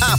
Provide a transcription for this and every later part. A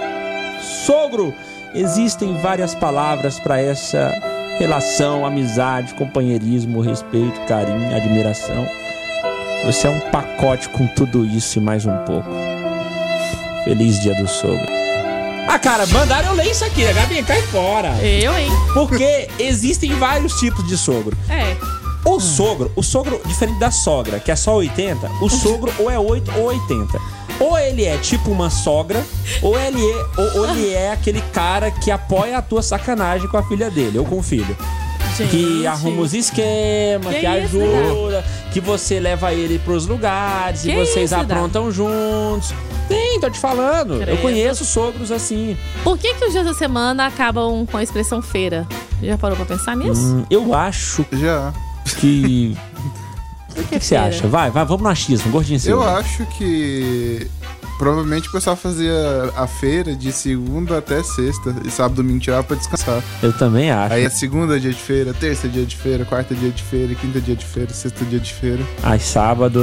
Sogro, existem várias palavras para essa relação, amizade, companheirismo, respeito, carinho, admiração. Você é um pacote com tudo isso e mais um pouco. Feliz dia do sogro. Ah, cara, mandaram eu ler isso aqui, né, Gabi? Cai fora. Eu, hein? Porque existem vários tipos de sogro. É. O sogro, o sogro, diferente da sogra, que é só 80, o sogro ou é 8 ou 80. Ou ele é tipo uma sogra, ou ele é, ou, ou ele é aquele cara que apoia a tua sacanagem com a filha dele, ou com o filho. Gente. Que arruma os esquemas, que, Que isso, ajuda, que você leva ele pros lugares, e Que vocês isso, Dá? aprontam juntos. Tem, tô te falando. Eu Credo. conheço sogros assim. Por que, que os dias da semana acabam com a expressão feira? Já parou pra pensar nisso? Hum, Eu acho Já. que. O que, que você feira? acha? Vai, vai, vamos no achismo, gordinho assim. Eu Silva. acho que provavelmente o pessoal fazia a feira de segunda até sexta e sábado domingo tirava pra descansar. Eu também acho. Aí é segunda dia de feira, terça dia de feira, quarta dia de feira, quinta dia de feira, sexta dia de feira. Aí sábado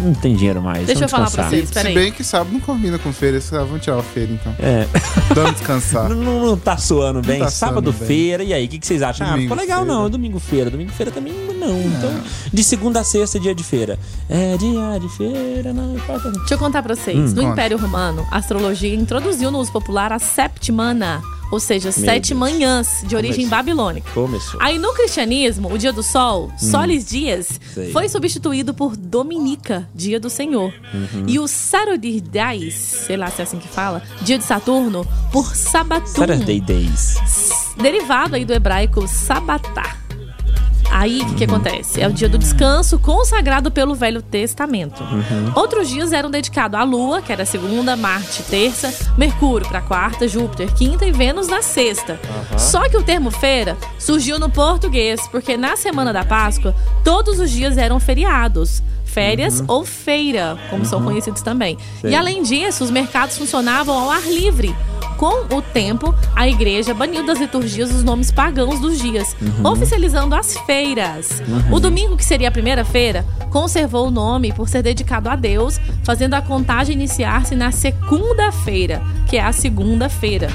Não tem dinheiro mais. Deixa eu vamos falar descansar. pra vocês. Se peraí. bem que sábado não combina com feira, eles ah, vamos tirar a feira então. É, Vamos descansar. não, não- não tá suando bem. tá suando Sábado-feira, e aí, o que, que vocês acham? ah, ficou legal Domingo-feira. não, é domingo-feira. Domingo-feira também não. Então, de segunda a sexta é dia de feira. É dia de feira, não importa. Deixa eu contar pra vocês. Hum, no conta. Império Romano, a astrologia introduziu no uso popular a septimana, ou seja, Deus. sete é manhãs de origem Começou. babilônica. Começou. Aí no cristianismo, o dia do sol, solis dias, Hum. Sei. foi substituído por dominica, dia do Senhor. Uhum. E o Saturday Days, sei lá se é assim que fala, dia de Saturno, por sabatum, Saturday Days. derivado aí do hebraico sabatá. Aí o que, que acontece? É o dia do descanso consagrado pelo Velho Testamento. Outros dias eram dedicados à Lua, que era segunda, Marte, terça, Mercúrio para quarta, Júpiter, quinta e Vênus na sexta. Só que o termo feira surgiu no português, porque na semana da Páscoa todos os dias eram feriados. Férias ou feira, como são conhecidos também. Sei. E além disso, os mercados funcionavam ao ar livre. Com o tempo, a igreja baniu das liturgias os nomes pagãos dos dias, oficializando as feiras. O domingo, que seria a primeira feira, conservou o nome por ser dedicado a Deus, fazendo a contagem iniciar-se na segunda-feira, que é a segunda-feira.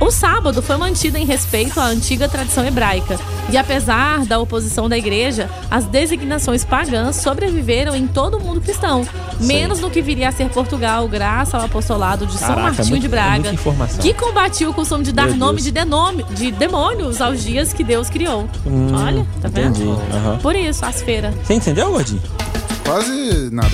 O sábado foi mantido em respeito à antiga tradição hebraica, e apesar da oposição da igreja, as designações pagãs sobreviveram em todo o mundo cristão, menos no que viria a ser Portugal, graças ao apostolado de São Caraca, Martinho muito- de é Braga, muita informação. que combatia o costume de dar Meu nome Deus. de, denome, de demônios aos dias que Deus criou. Olha, tá vendo? Hum, Entendi. Aham. Por isso, as feiras. Você entendeu, Gordinho? Quase nada.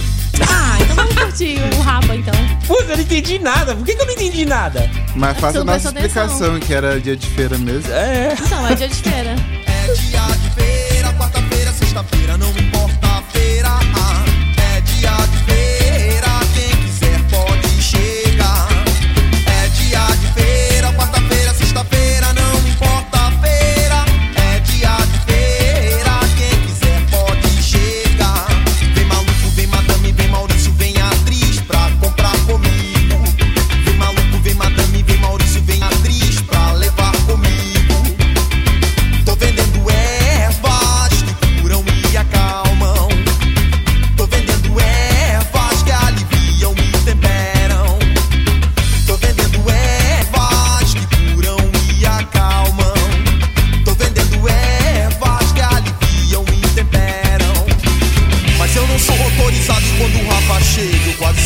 Ah, então vamos curtir o rapa, então. Putz, eu não entendi nada. Por que, que eu não entendi nada? Mas você faça a não nossa prestou atenção. explicação, que era dia de feira mesmo. É. Então, é dia de feira. É dia de feira, quarta-feira, sexta-feira, não importa a feira. Ah, É dia de feira, quem quiser pode chegar. É dia de feira, quarta-feira, sexta-feira, não importa a feira. É dia de feira, quem quiser pode chegar. Vem maluco, vem madame, vem Maurício, vem atriz pra comprar comigo. Vem maluco, vem madame, vem Maurício, vem atriz pra levar comigo. Tô vendendo ervas que curam e acalmam. é É É É É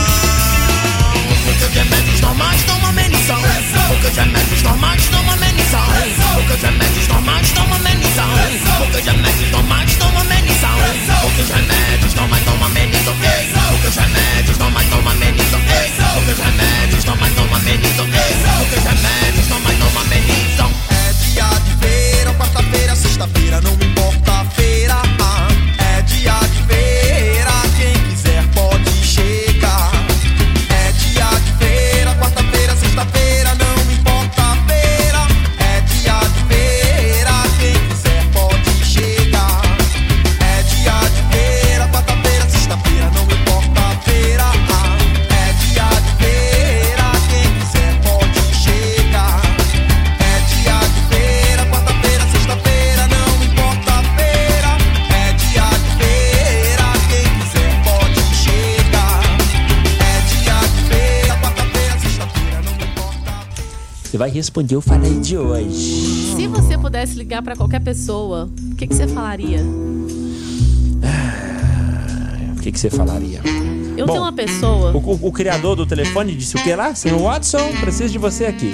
é É É É É É É É É É vai responder o Falei de hoje. Se você pudesse ligar pra qualquer pessoa, o que, que você falaria? O que, que você falaria? Eu Bom, tenho uma pessoa. O, o- o criador do telefone disse o que lá? Senhor Watson, preciso de você aqui.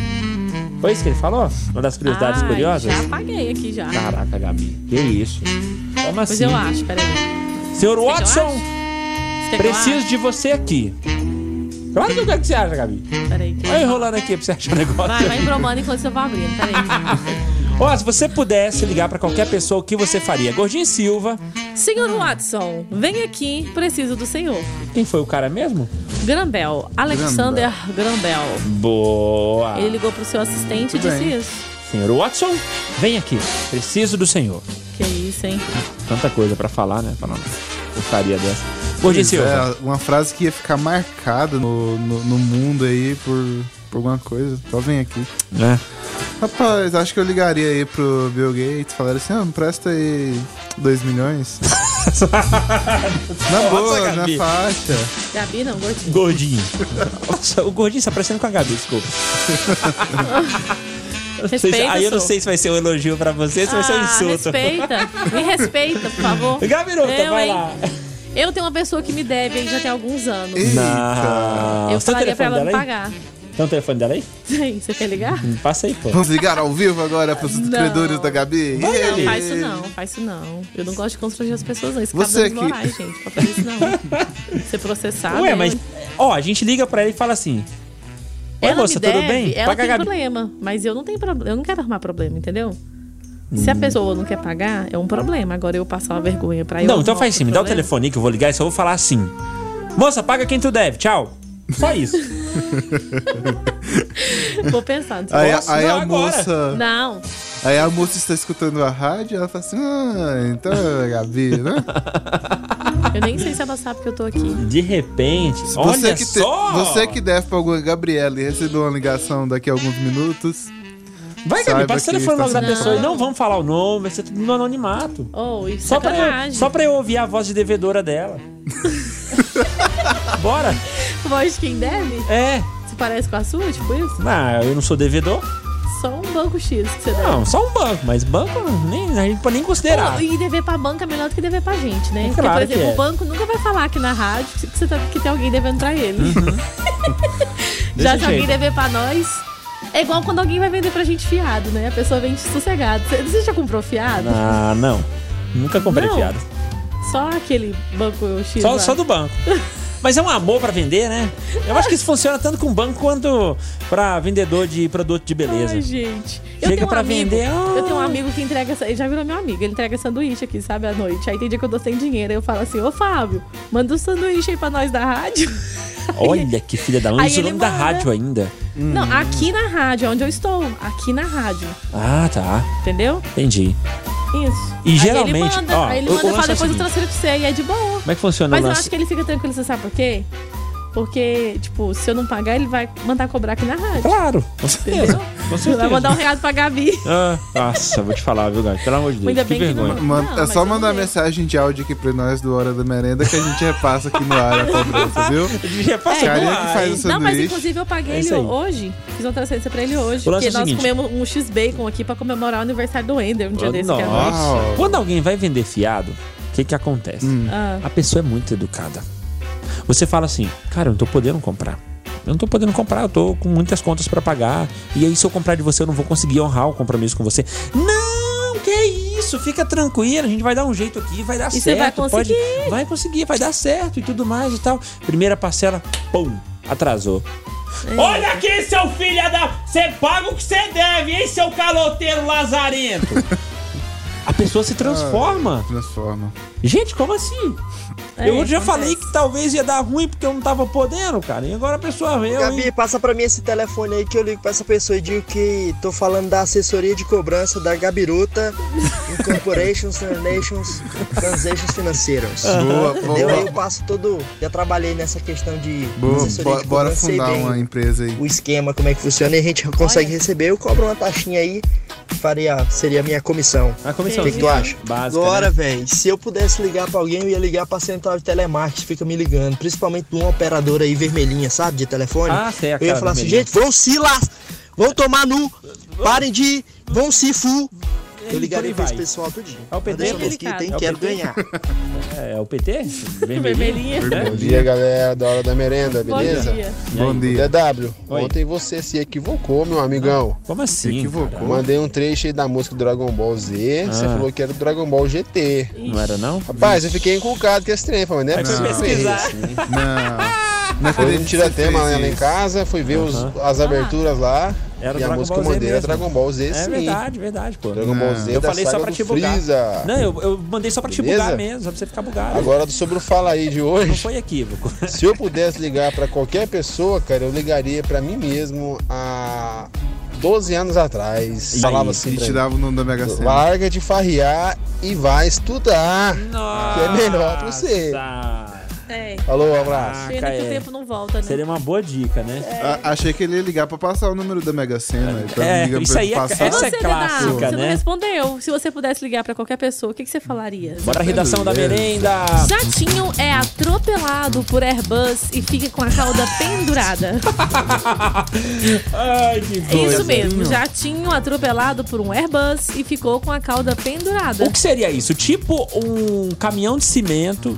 Foi isso que ele falou? Uma das curiosidades Ai, curiosas? Ah, Tá. Já apaguei aqui já. Caraca, Gabi, que isso? Como assim? Mas eu acho, peraí. Senhor Você que eu Watson, acho? Você que eu preciso acho? de você aqui. Claro que eu quero que você acha, Gabi. Peraí. que- Vai enrolando aqui pra você achar o negócio. Vai, vai embromando enquanto você vai abrindo. Peraí. Ó, se você pudesse ligar pra qualquer pessoa, o que você faria? Gordinho Silva. Senhor Watson, vem aqui, preciso do senhor. Quem foi o cara mesmo? Grambel, Alexander Grambel. Boa. Ele ligou pro seu assistente e Tudo disse bem. isso. Senhor Watson, vem aqui. Preciso do senhor. Que isso, hein? Tanta coisa pra falar, né? Falando porcaria dessa. Gordinho Silva. É, uma frase que ia ficar marcada no, no, no mundo aí por, por alguma coisa. Só vem aqui. né? Rapaz, acho que eu ligaria aí pro Bill Gates, falaria assim, ah, me presta aí 2 milhões. na boa, na Gabi. faixa. Gabi não, gordinho. Gordinho. Nossa, o Gordinho tá parecendo com a Gabi, desculpa. Eu não sei se- Respeita, aí eu não sou. sei se vai ser um elogio pra você, se vai ser um insulto. respeita. Me respeita, por favor. Gabiroto, Eu, vai hein? lá. Eu tenho uma pessoa que me deve aí já tem alguns anos. Eita. Não. Eu Ah, Você tem o falaria pra telefone ela dela não aí? pagar. Tem o telefone dela aí? Tem, você quer ligar? Passa aí, pô. Vamos ligar ao vivo agora pros Não. credores da Gabi? Vai, Yeah. Não, faz isso não, faz isso não. Eu não gosto de constranger as pessoas, não. Isso Você cabe que- nos morais, gente. Pra fazer isso não. Ser processado. é um- Ué, mas. Ó, a gente liga pra ele e fala assim. Oi, Ela moça, me tudo deve, bem? Ela Paga a tem Gabi. problema, mas eu não tenho problema. Eu não quero arrumar problema, entendeu? Se a Hum. pessoa não quer pagar, é um problema. Agora eu passar uma vergonha pra ela. Não, então faz assim, me dá o telefone aí que eu vou ligar e só vou falar assim. Moça, paga quem tu deve, tchau. Só isso. Vou pensar. nisso. Aí, Nossa, aí não, a agora. moça. Não, Aí a moça está escutando a rádio, ela fala assim, ah, então, Gabi, né? eu nem sei se ela sabe que eu tô aqui. De repente, Você olha que, te- só. você que deve pra alguma Gabriela e recebeu uma ligação daqui a alguns minutos. Vai, Gabi, saiba passa o que telefone está logo da sendo- pessoa e tá não vamos falar o nome, vai ser tudo no anonimato. Oh, isso Só é pra, eu, sacanagem. só pra eu ouvir a voz de devedora dela. Bora? Voz de quem deve? É. Se parece com a sua, tipo isso? Ah, eu não sou devedor? Só um banco X que você deve. Não, só um banco, mas banco nem, a gente pode nem considerar. E dever pra banca é melhor do que dever pra gente, né? Porque, por claro que exemplo, é. o banco nunca vai falar aqui na rádio que, você tá- que tem alguém devendo pra ele. Já Uhum. Desse se alguém jeito. dever pra nós. É igual quando alguém vai vender pra gente fiado, né? A pessoa vende sossegado. Você, você já comprou fiado? Ah, não. Nunca comprei Não. fiado. Só aquele banco X. Só, lá. só do banco. Mas é um amor pra vender, né? Eu acho que isso funciona tanto com banco quanto pra vendedor de produto de beleza. Ai, gente. Chega eu tenho um pra amigo, vender, ah. Eu tenho um amigo que entrega. sa- Ele já virou meu amigo. Ele entrega sanduíche aqui, sabe, à noite. Aí tem dia que eu tô sem dinheiro. Aí eu falo assim: Ô, Fábio, manda um sanduíche aí pra nós da rádio. Olha que filha da mãe. Aí Isso é o ele nome da manda. rádio ainda. Não, aqui na rádio, onde eu estou. Aqui na rádio, Ah, tá. entendeu? Entendi. Isso. E aí ele geralmente, manda, ó, aí ele o- o manda lance é e fala, o depois eu seguinte. transfiro pra você e é de boa. Como é que funciona Mas o eu nosso... acho que ele fica tranquilo, você sabe por quê? Porque, tipo, se eu não pagar, ele vai mandar cobrar aqui na rádio. Claro, com certeza. Com Ele certeza. vai mandar um recado pra Gabi. Ah, nossa, vou te falar, viu, Gabi? Pelo amor de Deus, Ainda que bem que não vergonha. mandou. Man- Não, é mas só tudo mandar bem. mensagem de áudio aqui pra nós do Hora da Merenda que a gente repassa aqui no ar a cobrança, viu? Já passou Cara, do ele ar, que faz hein? o sanduíche. É, Não, um mas inclusive eu paguei É isso ele aí. hoje. Fiz uma transferência pra ele hoje. O lance Porque é o nós seguinte. comemos um X-Bacon aqui pra comemorar o aniversário do Ender um dia desse. que é Nossa. nosso. Uau. Quando alguém vai vender fiado, o que que acontece? Ah, A pessoa é muito educada. Você fala assim, cara, eu não tô podendo comprar. Eu não tô podendo comprar, eu tô com muitas contas pra pagar. E aí, se eu comprar de você, eu não vou conseguir honrar o compromisso com você. Não, que é isso, fica tranquilo, a gente vai dar um jeito aqui, vai dar E você vai certo. pode- conseguir. vai conseguir, vai dar certo e tudo mais e tal. Primeira parcela, pum, atrasou. Olha aqui, seu filho da. Você paga o que você deve, hein, seu caloteiro lazarento? a pessoa se transforma. Ah. Transforma. Gente, como assim? É, eu já acontece. falei que talvez ia dar ruim porque eu não tava podendo, cara. E agora a pessoa veio. Gabi, hein? passa pra mim esse telefone aí que eu ligo pra essa pessoa e digo que tô falando da assessoria de cobrança da Gabiruta Incorporations, Translations, Transations Financeiras. Ah, Boa, Entendeu? Aí eu boa. passo todo. Já trabalhei nessa questão de Boa, assessoria bo- de bora cobrança e fundar bem uma empresa aí. o esquema, como é que funciona, e a gente consegue Olha. receber. Eu cobro uma taxinha aí, faria, seria a minha comissão. A O comissão. que, que tu acha? Básica, Agora, né? velho, se eu pudesse ligar pra alguém, eu ia ligar pra central de telemarketing, fica me ligando, principalmente de uma operadora aí vermelhinha, sabe, de telefone. Ah, sei, a Eu ia cara falar assim, vermelha. gente, vão se las... Vão tomar nu. Parem de. Vão se fu. Eu ligaria Então pra ele esse vai. pessoal tudinho. É o PT? Anderson Mesquita, hein? É o Quero PT? ganhar. É, é o PT? Vermelhinho. Vermelhinha. Bom dia, galera da Hora da Merenda, Bom beleza? dia. Bom dia. DW, Oi. ontem você se equivocou, meu amigão. Como assim? Se equivocou. Eu Mandei um trecho aí da música do Dragon Ball Z, você Ah. falou que era do Dragon Ball GT. cara? Não era, não? Rapaz, eu fiquei inculcado com esse trem, falei, não é Aí foi possível que fez pesquisar. isso, né? Não. Não Foi um acredito que você tiratema né, fez lá em isso. casa, fui ver os- Aham. as aberturas lá, e Era a Ah, Dragon música Ball que eu Z mandei era mesmo. Dragon Ball Z, É sim. verdade, verdade, pô. Dragon Ball Z Eu da falei só saga pra do te bugar. Freeza. Não, eu, eu mandei só pra te Beleza? bugar mesmo, só pra você ficar bugado. Agora sobre o Fala Aí de Não hoje, foi equívoco. se eu pudesse ligar pra qualquer pessoa, cara, eu ligaria pra mim mesmo há 12 anos atrás. E aí, Falava E assim pra te mim, dava o nome da Mega Sena. larga de farrear e vai estudar. Nossa. Que é melhor pra você. É. Falou, um abraço. Pena que o é. tempo É. não volta, né? Seria uma boa dica, né? A- achei que ele ia ligar pra passar o número da Mega Sena. Então É, liga isso pra aí é- passar. essa é Você, clássica, Renato, você né? não respondeu. Se você pudesse ligar pra qualquer pessoa, o que, que você falaria? Bora a redação da Beleza. merenda. Jatinho é atropelado por Airbus e fica com a cauda pendurada. Ai, que É coisa. isso mesmo, Jatinho atropelado por um Airbus e ficou com a cauda pendurada. O que seria isso? Tipo um caminhão de cimento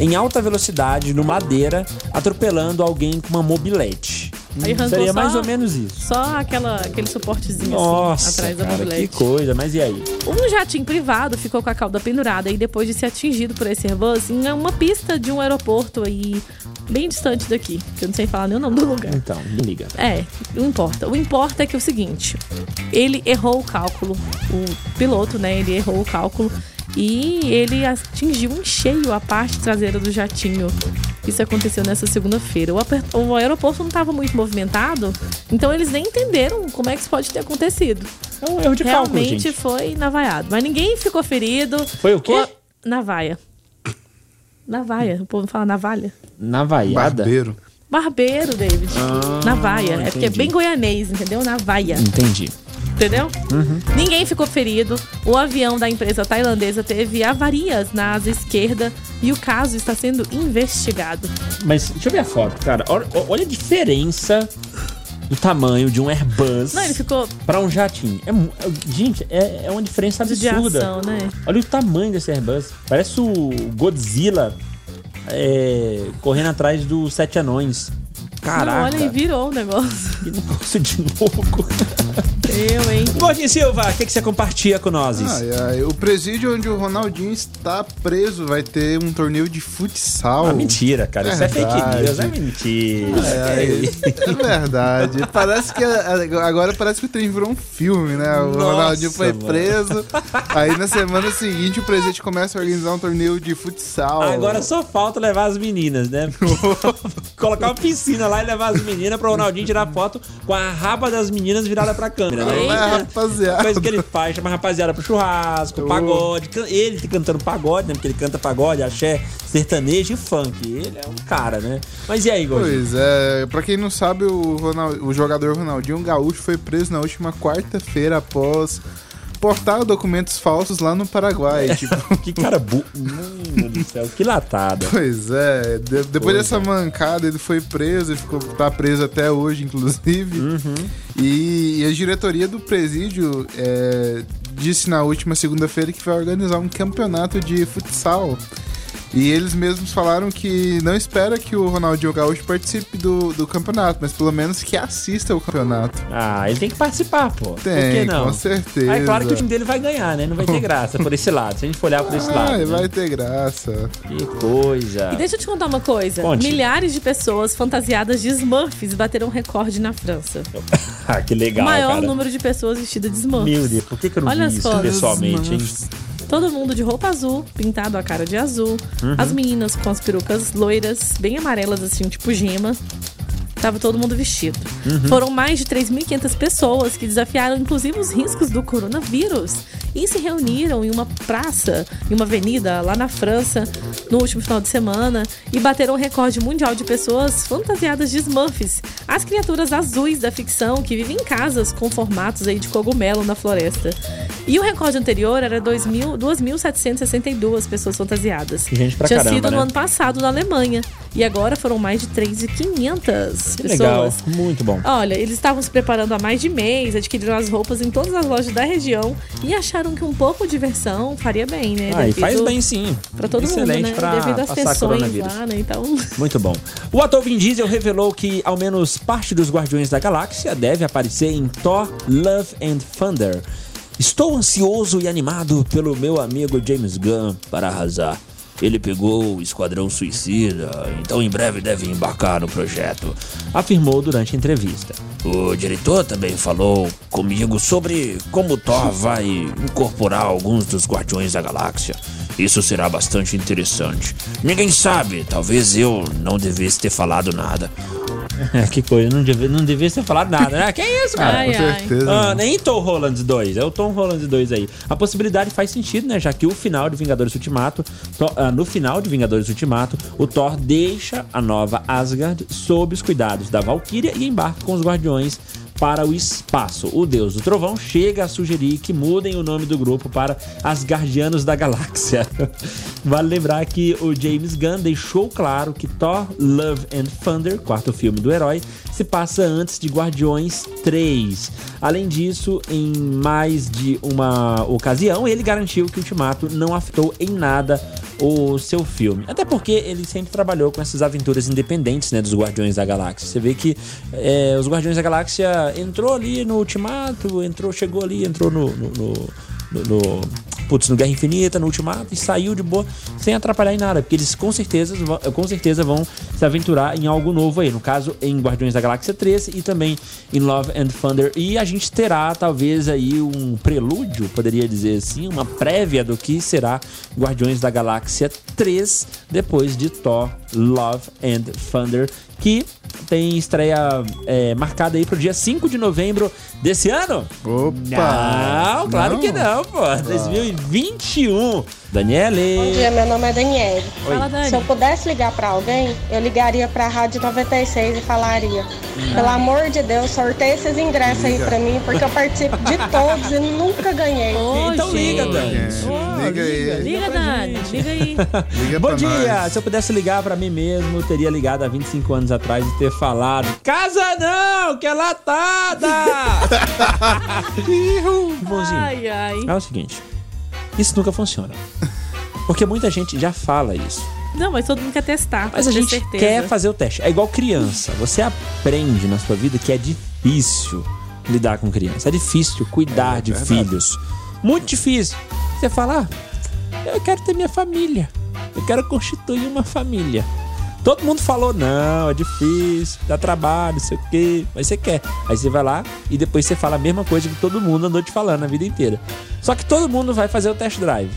em alta velocidade, no madeira, atropelando alguém com uma mobilete. Aí arrancou Seria só- mais ou menos isso. Só aquela, aquele suportezinho assim, Nossa, atrás da cara, que mobilete. coisa. Mas e aí? Um jatinho privado ficou com a cauda pendurada e depois de ser atingido por esse Airbus em uma pista de um aeroporto aí bem distante daqui, que eu não sei falar nem o nome do lugar. Então, me liga. É, não importa. O importa é que é o seguinte: ele errou o cálculo, o piloto, né? Ele errou o cálculo e ele atingiu em cheio a parte traseira do jatinho. Isso aconteceu nessa segunda-feira. O, aper- o aeroporto não estava muito movimentado, então eles nem entenderam como é que isso pode ter acontecido. É um erro de cálculo, Realmente gente. foi navaiado. Mas ninguém ficou ferido. Foi o quê? O... Navaia. Navaia. O povo fala navalha. Navaiada? Barbeiro. Barbeiro, David. Navaia. É porque é Ah, entendi. Hum. bem goianês, entendeu? Navaia. Entendi. Entendeu? Uhum. Ninguém ficou ferido. O avião da empresa tailandesa teve avarias na asa esquerda e o caso está sendo investigado. Mas deixa eu ver a foto, cara. Olha, olha a diferença do tamanho de um Airbus Não, ele ficou pra um jatinho. É mu- é- gente, é, é uma diferença de ação, absurda. né? Olha o tamanho desse Airbus. Parece o Godzilla é, correndo atrás dos sete anões. Não, Caraca, olha, ele virou o negócio. que negócio de louco. Eu, hein? Gordinho Silva, o que, que você compartilha com nós? Ai, ai, O presídio onde o Ronaldinho está preso vai ter um torneio de futsal. Ah, mentira, cara. Isso é fake Verdade. news, é mentira. É, é verdade. Parece que a- agora parece que o trem virou um filme, né? O Nossa, Ronaldinho foi mano. preso. Aí na semana seguinte o presidente começa a organizar um torneio de futsal. Agora só falta levar as meninas, né? Colocar uma piscina lá e levar as meninas pro Ronaldinho tirar foto com a raba das meninas virada pra câmera, né? Vai, rapaziada. Coisa que ele faz, chama a rapaziada pro churrasco, pagode. can- Ele tá cantando pagode, né? Porque ele canta pagode, axé, sertanejo e funk. Ele é um cara, né? Mas e aí, Gordinho? Pois é, pra quem não sabe, o, Ronal- o jogador Ronaldinho Gaúcho foi preso na última quarta-feira após portar documentos falsos lá no Paraguai. Tipo, Que cara burro. Mano do céu, que latada. Pois é, de- depois Pois dessa mancada ele foi preso, ele ficou, tá preso até hoje, inclusive. Uhum. E, e a diretoria do presídio é, disse na última segunda-feira que vai organizar um campeonato de futsal. E eles mesmos falaram que não espera que o Ronaldinho Gaúcho participe do, do campeonato, mas pelo menos que assista ao campeonato. Ah, ele tem que participar, pô. Por que Tem, não? com certeza. Ah, é claro que o time dele vai ganhar, né? Não vai ter graça por esse lado. Se a gente for olhar por esse lado. Ah, né? vai ter graça. Que coisa. E deixa eu te contar uma coisa. Conte. Milhares de pessoas fantasiadas de Smurfs bateram recorde na França. Ah, que O legal, maior cara. número de pessoas vestidas de Smurfs. Meu Deus, por que, que eu não Olha as vi isso fotos. pessoalmente, hein? Todo mundo de roupa azul, pintado a cara de azul. As meninas com as perucas loiras, bem amarelas assim, tipo gema. Tava todo mundo vestido. Foram mais de 3.500 pessoas que desafiaram inclusive os riscos do coronavírus e se reuniram em uma praça, em uma avenida lá na França, no último final de semana, e bateram o recorde mundial de pessoas fantasiadas de Smurfs, as criaturas azuis da ficção que vivem em casas com formatos aí de cogumelo na floresta. E o recorde anterior era 2.000 2.762 pessoas fantasiadas. Gente pra Tinha caramba, sido no né? ano passado na Alemanha. E agora foram mais de 3.500 pessoas. Que legal, muito bom. Olha, eles estavam se preparando há mais de mês, adquiriram as roupas em todas as lojas da região e acharam que um pouco de diversão faria bem, né? Ah, e Devido faz bem sim. Pra todo Excelente mundo, né? pra Devido às passar tensões coronavírus. lá, né? Então, Muito bom. O ator Vin Diesel revelou que ao menos parte dos Guardiões da Galáxia deve aparecer em Thor, Love and Thunder. Estou ansioso e animado pelo meu amigo James Gunn para arrasar. Ele pegou o Esquadrão Suicida, então em breve deve embarcar no projeto, afirmou durante a entrevista. O diretor também falou comigo sobre como Thor vai incorporar alguns dos Guardiões da Galáxia. Isso será bastante interessante. Ninguém sabe, talvez eu não devesse ter falado nada. que coisa, não devia, não devia ter falado nada, né? Que isso, cara? ai, ai. Certeza. Ah, nem Tom Holland 2, é o Tom Holland 2 aí. A possibilidade faz sentido, né? Já que o final de Vingadores Ultimato, to- ah, no final de Vingadores Ultimato, o Thor deixa a nova Asgard sob os cuidados da Valkyria e embarca com os Guardiões para o espaço. O Deus do Trovão chega a sugerir que mudem o nome do grupo para Asgardianos da Galáxia. Vale lembrar que o James Gunn deixou claro que Thor Love and Thunder, quarto filme do herói, se passa antes de Guardiões 3. Além disso, em mais de uma ocasião, ele garantiu que Ultimato não afetou em nada o seu filme. Até porque ele sempre trabalhou com essas aventuras independentes, né, dos Guardiões da Galáxia. Você vê que é, os Guardiões da Galáxia entrou ali no Ultimato, entrou, chegou ali, entrou no- no- no no, no- putz, no Guerra Infinita, no Ultimato, e saiu de boa, sem atrapalhar em nada, porque eles com certeza, vão- com certeza vão se aventurar em algo novo aí, no caso em Guardiões da Galáxia 3 e também em Love and Thunder, e a gente terá talvez aí um prelúdio, poderia dizer assim, uma prévia do que será Guardiões da Galáxia 3 depois de Thor, Love and Thunder, que tem estreia é, marcada aí pro dia 5 de novembro desse ano. Opa! Não, claro Não? que não, pô. 2021. Bom Daniele. dia, meu nome é Daniele. Fala, Dani. Se eu pudesse ligar pra alguém, eu ligaria pra Rádio 96 e falaria: Hum. pelo amor de Deus, sorteia esses ingressos aí pra mim, porque eu participo de todos e nunca ganhei. Ô, então liga, gente. Dani. É, liga aí. Liga, Dani. Liga aí. Liga Bom pra dia! nós. Se eu pudesse ligar pra mim mesmo, eu teria ligado há 25 anos atrás e ter falado: Casa não, que é latada! Irmãozinho, Ai, ai. é o seguinte: Isso nunca funciona. Porque muita gente já fala isso. Não, mas todo mundo quer testar. Mas a pra ter gente certeza. quer fazer o teste. É igual criança. Você aprende na sua vida que é difícil lidar com criança. É difícil cuidar de filhos. Muito difícil. Você fala, ah, eu quero ter minha família. Eu quero constituir uma família. Todo mundo falou, não, é difícil, dá trabalho, não sei o quê. Mas você quer. Aí você vai lá e depois você fala a mesma coisa que todo mundo andou te falando a vida inteira. Só que todo mundo vai fazer o test drive.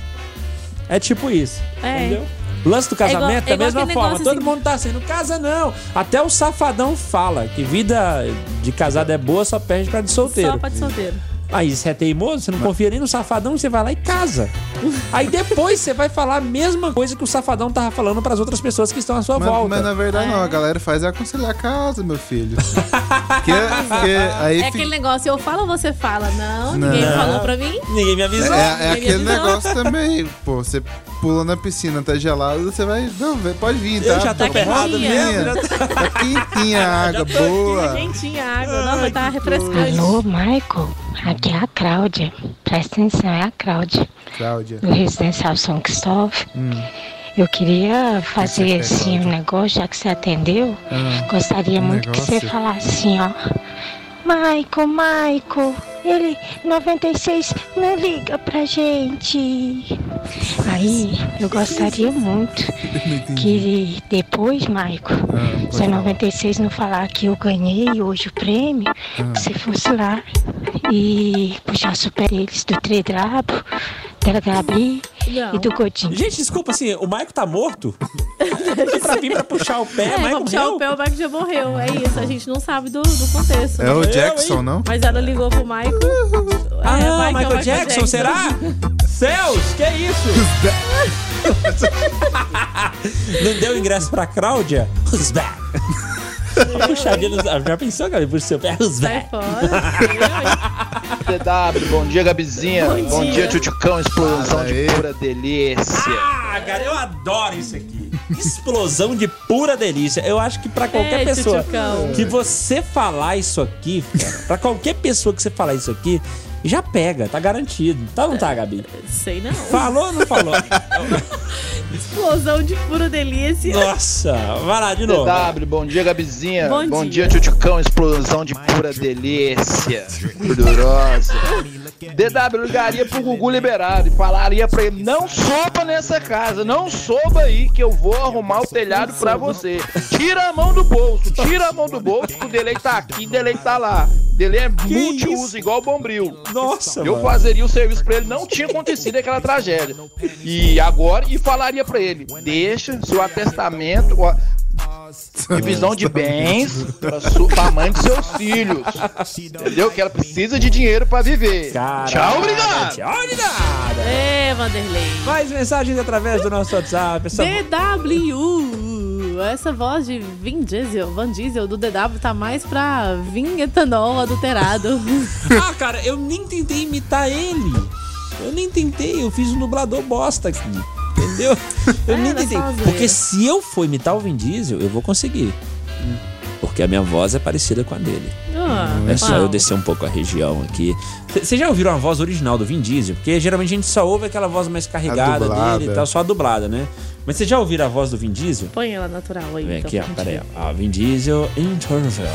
É tipo isso. É. Entendeu? O lance do casamento É igual- é da igual mesma aquele forma. negócio Todo assim- mundo tá sendo casa, não. Até o safadão fala que vida de casado é boa, só perde pra de solteiro. Só pra de solteiro. Aí você é teimoso, você não confia nem no safadão, você vai lá e casa. Aí depois você vai falar a mesma coisa que o safadão tava falando pras outras pessoas que estão à sua Mas, volta. mas na verdade não, a galera faz é aconselhar a casa, meu filho. Porque- porque aí É fica- aquele negócio, eu falo, você fala. Não, ninguém Não. falou pra mim. Ninguém me avisou. É, é Não, aquele não. negócio também, pô, você pula na piscina, tá gelado, você vai. Não, vai- pode vir, tá? Eu já tô Tá ferrado quentinha. mesmo, já Tá quentinha a água, né, boa. Quentinha a água. Nossa, tá refrescante. Alô, Michael? Aqui é a Cláudia. Presta atenção, é a Cláudia, Cláudia. do Residencial São Cristóvão. Eu queria O que fazer que você quer, assim um Cláudia? negócio, já que você atendeu. Gostaria um muito que você negócio? falasse assim, ó. Michael, Michael, ele 96 não liga pra gente. Aí eu gostaria muito que depois, Michael, Ah, se a pode falar. 96 não falar que eu ganhei hoje o prêmio, Ah. que você fosse lá e puxar super eles do Tredrabo, da Gabi e do Coutinho. Gente, desculpa, assim, o Maico tá morto? Porque pra vir pra puxar o pé, É, o Maico vamos puxar morreu? o pé, o Michael já morreu. É isso, a gente não sabe do, do contexto. É o né? Jackson, não? Mas ela ligou pro Michael. Ah, É, Michael, Michael, Michael Jackson, Jackson. será? Céus, que isso? Não deu ingresso pra Cláudia? Who's back? Uma puxadinha nos- Já pensou, Gabi? Puxa o seu pé, who's Sai back? fora. DW, bom dia, Gabizinha. Bom Bom dia. dia, Tchutchucão. Explosão Fala aí. de pura delícia. Ah, cara, eu adoro isso aqui. Explosão de pura delícia. Eu acho que pra qualquer Ei, pessoa É, tchutchucão. que você falar isso aqui, cara, pra qualquer pessoa que você falar isso aqui, já pega, tá garantido. Tá ou não tá, Gabi? Sei não. Falou ou não falou? Explosão de pura delícia. Nossa, vai lá de novo. DW, bom dia, Gabizinha. Bom Bom, dia. dia, Tchutchucão. Explosão de pura delícia. Gordurosa. DW ligaria pro Gugu liberado e falaria pra ele: não sopa nessa casa, não soba aí que eu vou arrumar o telhado pra você. Tira a mão do bolso, tira a mão do bolso que o delay tá aqui, o delay tá lá. Delay é multiuso, igual o bombril. Nossa, Eu mano. fazeria o serviço pra ele, não tinha acontecido aquela tragédia. E agora, e falaria pra ele: deixa seu atestamento, ó, divisão de bens pra, su, pra mãe dos seus filhos. Entendeu? Que ela precisa de dinheiro pra viver. Caraca, Tchau, obrigado! Tchau, obrigado! É, Vanderlei. Mais mensagens através do nosso WhatsApp. Essa... DW. Essa voz de Vin Diesel, Van Diesel do DW tá mais pra Vin etanol adulterado. Ah, cara, eu nem tentei imitar ele. Eu nem tentei, eu fiz um dublador bosta aqui. Entendeu? Eu É, nem era tentei. só uma zoeira. Porque se eu for imitar o Vin Diesel, eu vou conseguir. Porque a minha voz é parecida com a dele. Ah, É só uau. eu descer um pouco a região aqui. Vocês já ouviram a voz original do Vin Diesel? Porque geralmente a gente só ouve aquela voz mais carregada dublada. é. dele e tal, só a dublada, né? Mas vocês já ouviram a voz do Vin Diesel? Põe ela natural aí. Vem então, aqui, ó, pra pera aí. gente Ó, Vin Diesel, interview.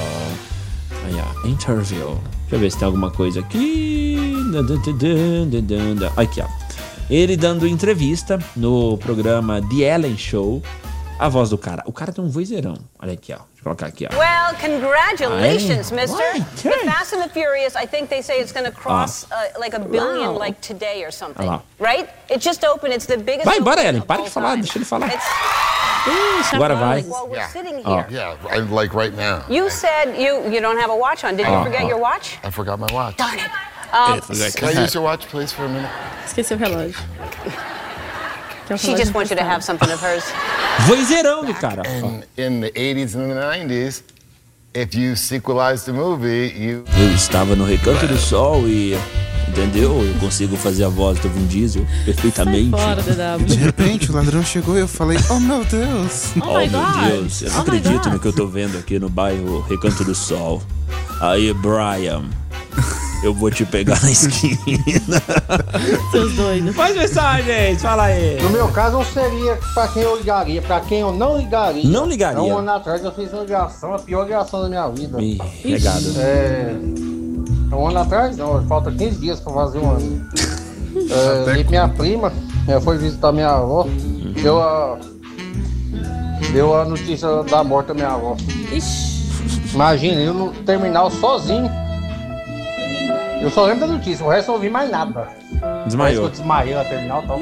Aí, ó, interview. Deixa eu ver se tem alguma coisa aqui. Dan, dan, dan, dan, dan, dan. Aqui, ó. Ele dando entrevista no programa The Ellen Show. A voz do cara. O cara tem um vozeirão. Olha aqui, ó. Deixa eu colocar aqui, ó. Well, congratulations, Hey, mister. why? The Fast and the Furious, I think they say it's going to cross uh, like a billion Ah. Wow. like today or something. Ah lá. Right? It just opened. It's the biggest. Vai embora, opening Ellen. of Para all de falar. time. Deixa ele falar. It's Ih, Agora vai. chacoalhos. while we're sitting Ó. here. Yeah, I, like right now. You said you you don't have a watch on. Did you Ah, forget ah. your watch? I forgot my watch. Darn it. Um, Can I use your watch, please, for a minute? Esqueci o relógio. é um she just wants you to have something of hers. Vozeirão do cara. ó. And in the 80s and the 90s, if you sequelized the movie, you. Eu estava no recanto do sol e. Entendeu? Eu consigo fazer a voz do Vin Diesel perfeitamente. Fora, De DW. repente, o ladrão chegou e eu falei, oh meu Deus. Oh, my God. eu Oh não my acredito God. no que eu tô vendo aqui no bairro Recanto do Sol. Aí, Brian, eu vou te pegar na esquina. Seus doidos. Mais mensagens, fala aí. No meu caso, eu seria pra quem eu ligaria, pra quem eu não ligaria. Não ligaria. Há um ano atrás eu fiz uma ligação, a pior ligação da minha vida. Ih, regado. É. há Um ano atrás não, falta 15 dias pra fazer um ano. É, liguei pra minha prima, ela foi visitar minha avó, deu a. Deu a notícia da morte da minha avó. Ixi. Imagina, eu no terminal sozinho. Eu só lembro da notícia, o resto eu não ouvi mais nada. Parece que eu Desmaiou. desmaiei na terminal e tal.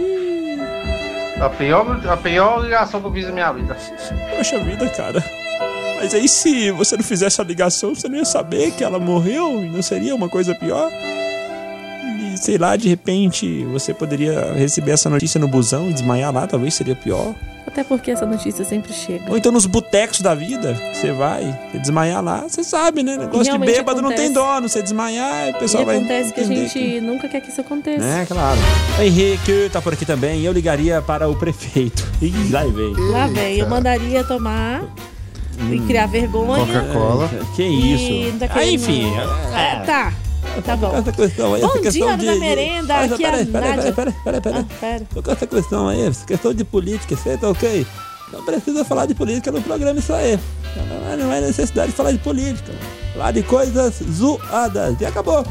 A pior, a pior ligação que eu fiz na minha vida. Poxa vida, cara. Mas aí, se você não fizesse a ligação, você não ia saber que ela morreu e não seria uma coisa pior? E sei lá, de repente você poderia receber essa notícia no busão e desmaiar lá, talvez seria pior. Até porque essa notícia sempre chega. Ou então nos botecos da vida, você vai, você desmaiar lá, você sabe, né? Negócio Realmente de bêbado não acontece. tem dono, você desmaiar, o E pessoal vai. acontece que a entender gente nunca quer que isso que- aconteça. Né, claro. Henrique tá por aqui também, eu ligaria para o prefeito. Ih, lá vem. Lá vem, Hum, eu mandaria tomar e criar vergonha. Coca-Cola. Que E isso. não tá hum, Ah, querendo- enfim. é. Ah, Tá, tá bom. Essa questão aí, Bom essa questão dia, de... dona Merenda, Mas, aqui é a peraí, peraí, Nádia. peraí, peraí, peraí, peraí. Ah, pera. Tô com essa questão aí, essa questão de política, você tá ok? Não precisa falar de política no programa, isso aí. Não é- Não é necessidade de falar de política. Falar de coisas zoadas. E acabou.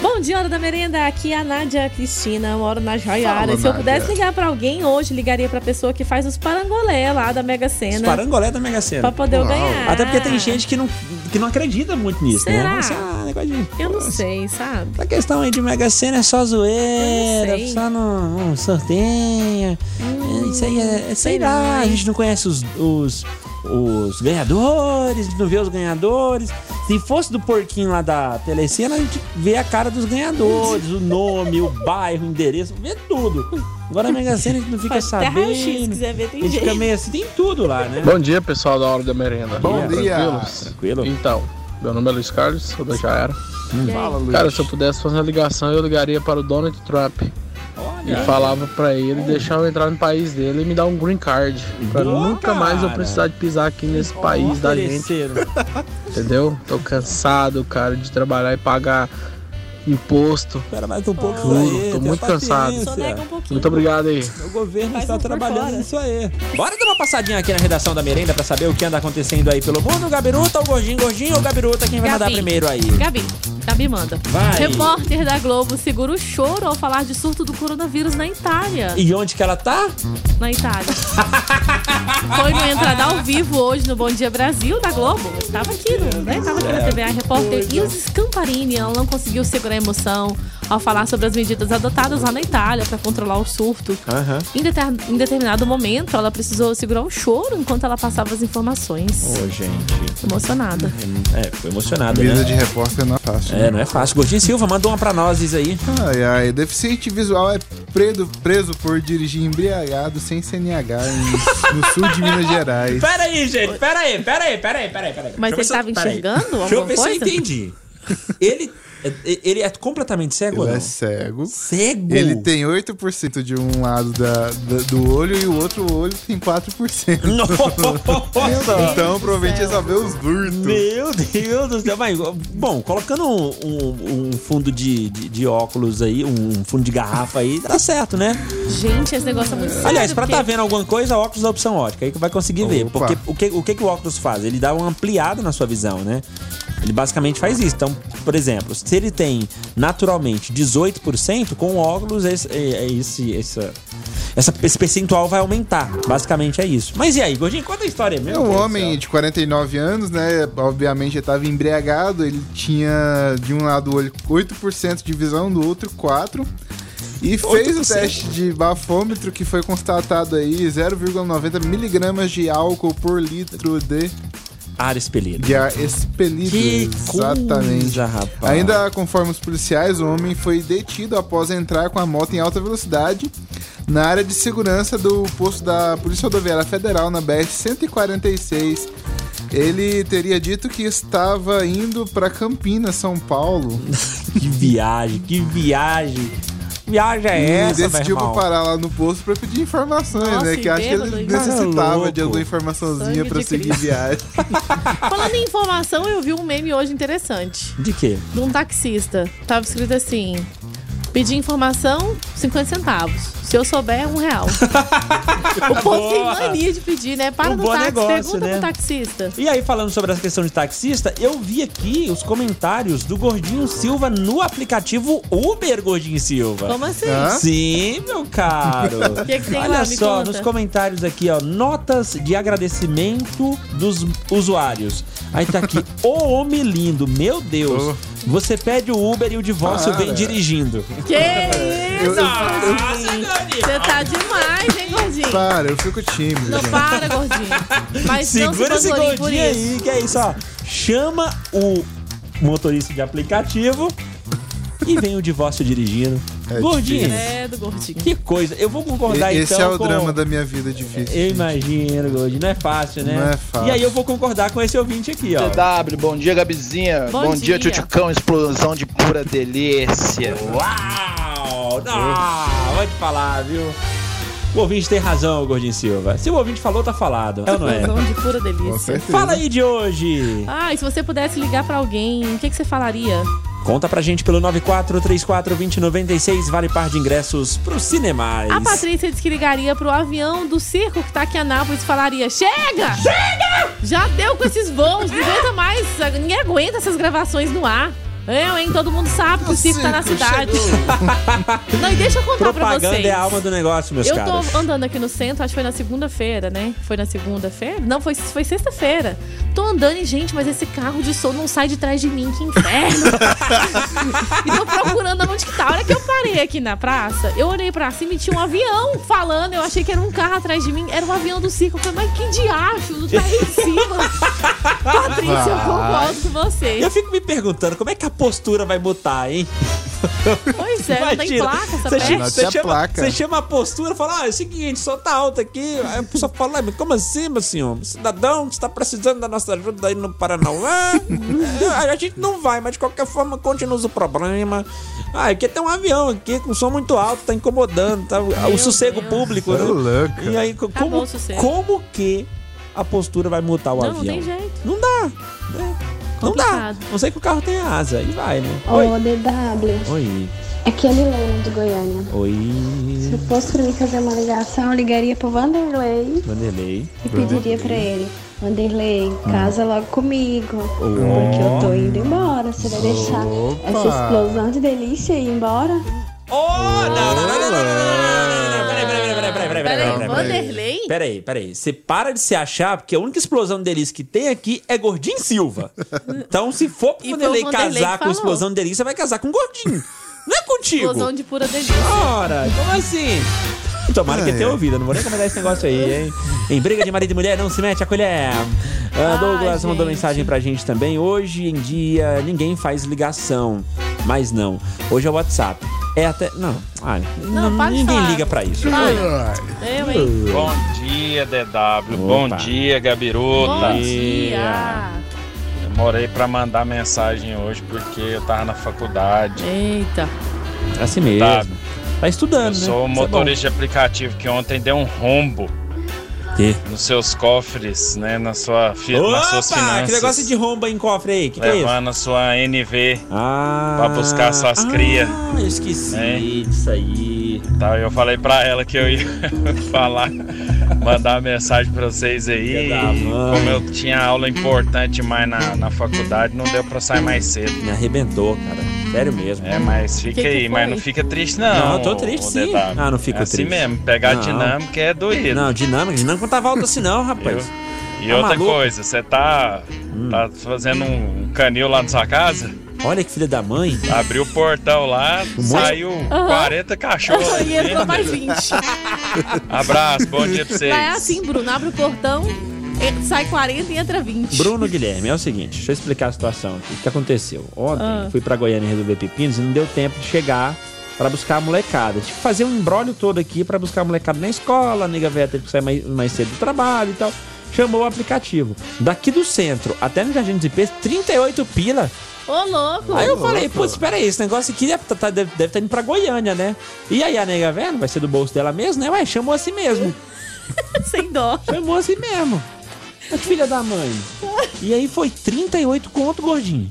Bom dia, Hora da Merenda. Aqui é a Nádia Cristina, moro Fala, na Joiara. Se eu Nádia. pudesse ligar pra alguém hoje, ligaria pra pessoa que faz os parangolé lá da Mega Sena. Os parangolé da Mega Sena. Pra poder eu ganhar. Até porque tem gente que não, que não acredita muito nisso, né? Será? Mas, ah, negócio de- Eu não sei, sabe? A questão aí de Mega Sena é só zoeira, Eu não sei. só no, no sorteio. É, isso aí é, é- sei sei lá, não, a hein? gente não conhece os, os, os ganhadores, não vê os ganhadores. Se fosse do porquinho lá da Telecena, a gente vê a cara dos ganhadores, o nome, o bairro, o endereço, vê tudo. Agora a Mega Sena a gente não fica Até raio-x, se sabendo. quiser ver, tem a gente fica jeito. meio assim, tem tudo lá, né? Bom dia, pessoal da Hora da Merenda. Bom dia. Tranquilo? Então, meu nome é Luiz Carlos, sou da Jaera. Hum. Fala, Luiz. Cara, se eu pudesse fazer uma ligação, eu ligaria para o Donald Trump. E falava pra ele deixar eu entrar no país dele e me dar um green card. Pra Boa, nunca mais eu cara. precisar de pisar aqui nesse país da gente. Ofereceram. Entendeu? Tô cansado, cara, de trabalhar e pagar imposto. Espera mais um pouco Juro, aí, tô tenha muito cansado. paciência. Só nega um pouquinho. muito obrigado aí. um O governo está trabalhando nisso aí. Bora dar uma passadinha aqui na redação da merenda pra saber o que anda acontecendo aí pelo mundo. Gabiruta ou gordinho? Gordinho ou gabiruta? Quem vai mandar Gabi. primeiro aí? Gabi, Gabi manda. Vai. Repórter da Globo segura o choro ao falar de surto do coronavírus na Itália. E onde que ela tá? Na Itália. Foi no entrada ao vivo hoje no Bom Dia Brasil da Globo. Estava aqui, no- né? Tava aqui na TV. A repórter Ilse Scamparini, ela não conseguiu segurar a emoção ao falar sobre as medidas adotadas lá na Itália para controlar o surto. Aham. Em, deter- em determinado momento, ela precisou segurar o choro enquanto ela passava as informações. Ô, gente. Emocionada. É, foi emocionado, Vida né? de repórter não é fácil. É, não é fácil. Gordinho Silva, manda uma pra nós isso aí. Ai, ai, deficiente visual é preso, preso por dirigir embriagado sem CNH em- no sul de Minas Gerais. Pera aí, gente. Pera aí, pera aí, pera aí, pera aí. Pera aí. Mas Deixa eu ver ele se eu- pera tava aí. enxergando Deixa eu alguma ver se eu coisa? entendi. Ele, é- ele é completamente cego ou Ele não? é cego. Cego? Ele tem 8% de um lado da, da- do olho e o outro olho tem 4%. Nossa! então provavelmente ele só vê os burtos. Meu Deus do céu. Vai, bom, colocando um, um- um fundo de, de- de óculos aí, um fundo de garrafa aí, dá certo, né? Gente, esse negócio é muito sério. Aliás, pra porque- tá vendo alguma coisa, óculos da opção ótica, aí que vai conseguir ver. Porque o que, o que que o óculos faz? Ele dá uma ampliada na sua visão, né? Ele basicamente faz isso. Então, por exemplo, se ele tem naturalmente 18%, com o óculos esse, é- é esse, essa, essa- esse percentual vai aumentar. Basicamente é isso. Mas e aí, Gordinho, conta a história É mesmo. um homem de 49 anos, né? Obviamente ele tava embriagado, ele tinha de um lado o olho 8% de visão, do outro 4%. E fez o 8%. teste de bafômetro que foi constatado aí 0,90 miligramas de álcool por litro de Ar expelido. de ar expelido. Que exatamente. coisa, rapaz. Ainda conforme os policiais, o homem foi detido após entrar com a moto em alta velocidade na área de segurança do posto da Polícia Rodoviária Federal na BR-146. Ele teria dito que estava indo para Campinas, São Paulo. Que viagem, que viagem. Viagem é essa, e meu decidiu irmão? parar lá no posto para pedir informações, Nossa, né? e Que acho que bêbado, ele hein? Cara, necessitava louco. de alguma informaçãozinha Sangue para de seguir Cristo. viagem. tá- Falando em informação, eu vi um meme hoje interessante. De quê? de um taxista. Tava escrito assim: pedi informação, 50 centavos. Se eu souber, um real. o povo tem Boa. mania de pedir, né? Para Um no bom táxi, negócio, pergunta né? pro taxista. E aí, falando sobre essa questão de taxista, eu vi aqui os comentários do Gordinho Silva no aplicativo Uber Gordinho Silva. Como assim? Hã? Sim, meu caro. O que que tem lá? Olha Me só, conta. nos comentários aqui, ó, notas de agradecimento dos usuários. Aí tá aqui, ô homem lindo, meu Deus. Você pede o Uber e o divórcio Para. vem dirigindo. Que isso? Nossa, gordinho? Você tá demais, hein, gordinho? Para, eu fico tímido. Não gente. para, gordinho. Mas Segura não esse se vanglorie por gordinho isso. aí, que é isso, ó. Chama o motorista de aplicativo e vem o divórcio dirigindo. gordinho, É, do gordinho. que coisa. Eu vou concordar E- Esse então é o com- drama da minha vida difícil. Eu imagino, Gordinho. Não é fácil, né? Não é fácil. E aí eu vou concordar com esse ouvinte aqui, ó. CW, bom dia, Gabizinha. É, Bom Bom, dia, dia. Tchutchucão. Explosão de pura delícia. Uau! Ah, pode falar, viu? O ouvinte tem razão, Gordinho Silva. Se o ouvinte falou, tá falado. É ou não é? Explosão de pura delícia. Fala aí de hoje! Ah, e se você pudesse ligar pra alguém, o que, que você falaria? Conta pra gente pelo 94342096, vale par de ingressos pro Cinemais. A Patrícia disse que ligaria pro avião do circo que tá aqui em Anápolis e falaria: Chega! Chega! Já deu com esses voos, não aguenta mais, ninguém aguenta essas gravações no ar. Eu, hein? Todo mundo sabe que o Ciro tá na cidade. Não, e deixa eu contar pra Propaganda vocês. é a alma do negócio, meus eu caros. tô andando aqui no centro, acho que foi na segunda-feira, né? Foi na segunda-feira? Não, foi, foi sexta-feira. Tô andando e, gente, mas esse carro de som não sai de trás de mim, que inferno. e tô procurando onde que tá. A hora que eu parei aqui na praça, eu olhei pra cima e tinha um avião falando. Eu achei que era um carro atrás de mim. Era um avião do circo. Eu falei, mas que diacho, não tá aí em cima. Patrícia, eu concordo com você. Eu fico me perguntando como é que a postura vai botar, hein? Pois é, não tem placa essa você peça. chama, você, Não tinha chama, placa. você chama a postura e fala: Ah, é o seguinte, só tá alto aqui. Aí a pessoa fala: "Ah, mas Como assim, meu senhor? Cidadão, você tá precisando da nossa ajuda aí no Paranauá? Ah, a gente não vai, mas de qualquer forma continua o problema. Ah, aqui tem um avião aqui com som muito alto, tá incomodando. Tá, o sossego público, né? Ô, louca. E aí, co- como, o sossego. como que a postura vai multar o Não, não avião? tem jeito. Não dá. né? Não dá. Não sei que o carro tem asa. E vai, né? Oi. Ô, DW, Oi. aqui é a Lilene de Hum. Goiânia. Oi. Se fosse pra mim fazer uma ligação, eu ligaria pro Vanderlei Vanderlei. Hum. e pediria pra ele: Vanderlei, casa logo comigo. Ó. Porque eu tô indo embora. Você vai deixar Opa. essa explosão de delícia ir embora? Peraí, peraí, peraí, Vanderlei? Peraí, peraí. Você para de se achar, porque a única explosão de delícia que tem aqui é Gordinho Silva. Então, se for pro E foi o Vanderlei Vanderlei que casar com falou. explosão de delícia, vai casar com Gordinho. Não é contigo. Explosão de pura delícia. Ora, como assim? Tomara que Ai, tenha ai. ouvido, não vou nem comentar esse negócio aí, hein? Em briga de marido e mulher, não se mete a colher. Ah, Douglas mandou mensagem pra gente também. Hoje em dia, ninguém faz ligação. Mas não. Hoje é o WhatsApp. É até. Não, ah, Não, n- para de ninguém falar. Tá. liga pra isso. Para. Eu, hein? Bom dia, DW. Bom Opa. dia, Gabiruta. Bom dia. Demorei pra mandar mensagem hoje porque eu tava na faculdade. Eita. Assim mesmo. Tá. Tá estudando, Eu né? sou o Isso é bom. motorista de aplicativo que ontem deu um rombo Quê? nos seus cofres, né? Na sua fi nas suas Opa, finanças. que negócio de romba em cofre aí, que que é isso? levando a sua NV ah, pra buscar suas cria. Ah, eu esqueci né? disso aí. Tá, eu falei pra ela que eu ia falar, mandar uma mensagem pra vocês aí. Filha da E mãe. como eu tinha aula importante mais na, na faculdade, não deu pra sair mais cedo. Me arrebentou, cara. Sério mesmo. É, mas fica Que que aí, mas foi? não fica triste, não. Não, eu tô triste, ô, sim. DW. Ah, não fico é assim triste. mesmo, pegar Não. a dinâmica é doido. Não, dinâmica, dinâmica não tava alto assim não, rapaz. E Tá outra maluco? Hum. coisa, você tá, tá fazendo um canil lá na sua casa? Olha que filha da mãe. Abriu o portão lá, Um monte- saiu 40 cachorros. E entrou dentro. mais 20. Abraço, bom dia pra vocês. Lá é assim, Bruno. Abre o portão, en- sai 40 e entra 20. Bruno Guilherme, é o seguinte, deixa eu explicar a situação aqui. O que aconteceu? Ontem Ah. fui pra Goiânia resolver pepinos e não deu tempo de chegar pra buscar a molecada. Tive que fazer um embrólio todo aqui pra buscar a molecada na escola, a nega velha teve que sair mais, mais cedo do trabalho e tal. Chamou o aplicativo. Daqui do centro até no Jardim dos Ipês, 38 pila. Ô, louco. Aí eu falei, putz, peraí, esse negócio aqui deve estar deve, deve tá indo pra Goiânia, né? E aí a nega velha, vai ser do bolso dela mesmo, né? Ué, chamou assim mesmo. Sem dó. Chamou assim mesmo. Mas que filha da mãe. E aí foi 38 conto, gordinho.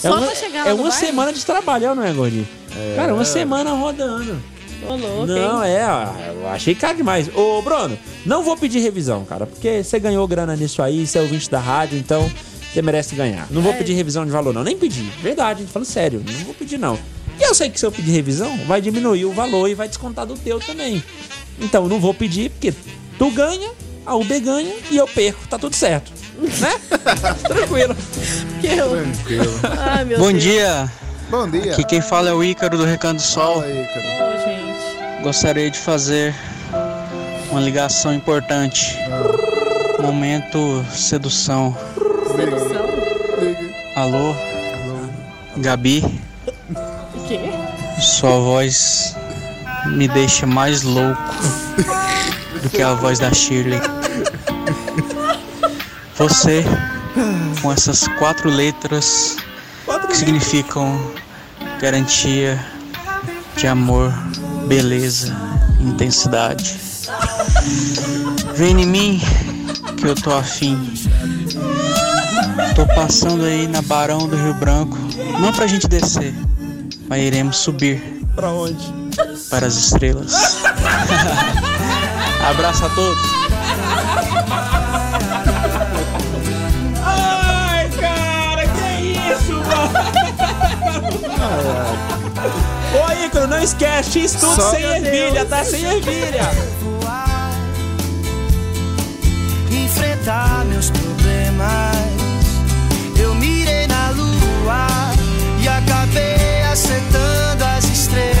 Só pra chegar lá É no uma bairro? semana de trabalho, não é, gordinho? Cara, uma semana rodando. Ô, louco, Não, hein? é, ó, eu achei caro demais. Ô, Bruno, não vou pedir revisão, cara, porque você ganhou grana nisso aí, você é ouvinte da rádio, então você merece ganhar. Não vou É. pedir revisão de valor, não. Nem pedi. Verdade, tô falando sério. Não vou pedir, não. E eu sei que se eu pedir revisão, vai diminuir o valor e vai descontar do teu também. Então, eu não vou pedir, porque tu ganha, a UB ganha e eu perco. Tá tudo certo. Né? Tranquilo. Que eu... Tranquilo. Ai, meu Bom Deus. dia, Bom dia. aqui quem fala é o Ícaro do Recanto do Sol. Ô, gente. Gostaria de fazer uma ligação importante. Ah. Momento sedução. Alô, Gabi, O quê? sua voz me deixa mais louco do que a voz da Shirley. Você, com essas quatro letras que significam garantia de amor, beleza, intensidade. Vem em mim que eu tô afim. Tô passando aí na Barão do Rio Branco, não pra gente descer, mas iremos subir Pra onde? para as estrelas. Abraço a todos. Ai, cara, que isso, é mano? Mano, não esquece, X tudo Só- sem Meu Deus. ervilha, tá sem ervilha. enfrentar meus problemas. Eu mirei na lua e acabei acertando as estrelas.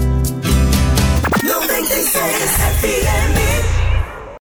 96 FM.